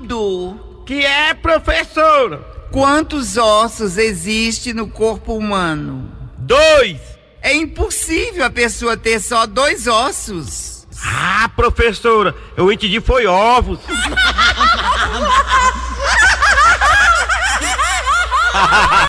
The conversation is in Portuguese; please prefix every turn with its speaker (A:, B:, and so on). A: Dudu,
B: Que é, professora?
A: quantos ossos existem no corpo humano?
B: Dois.
A: É impossível a pessoa ter só dois ossos.
B: Ah, professora, eu entendi foi ovos.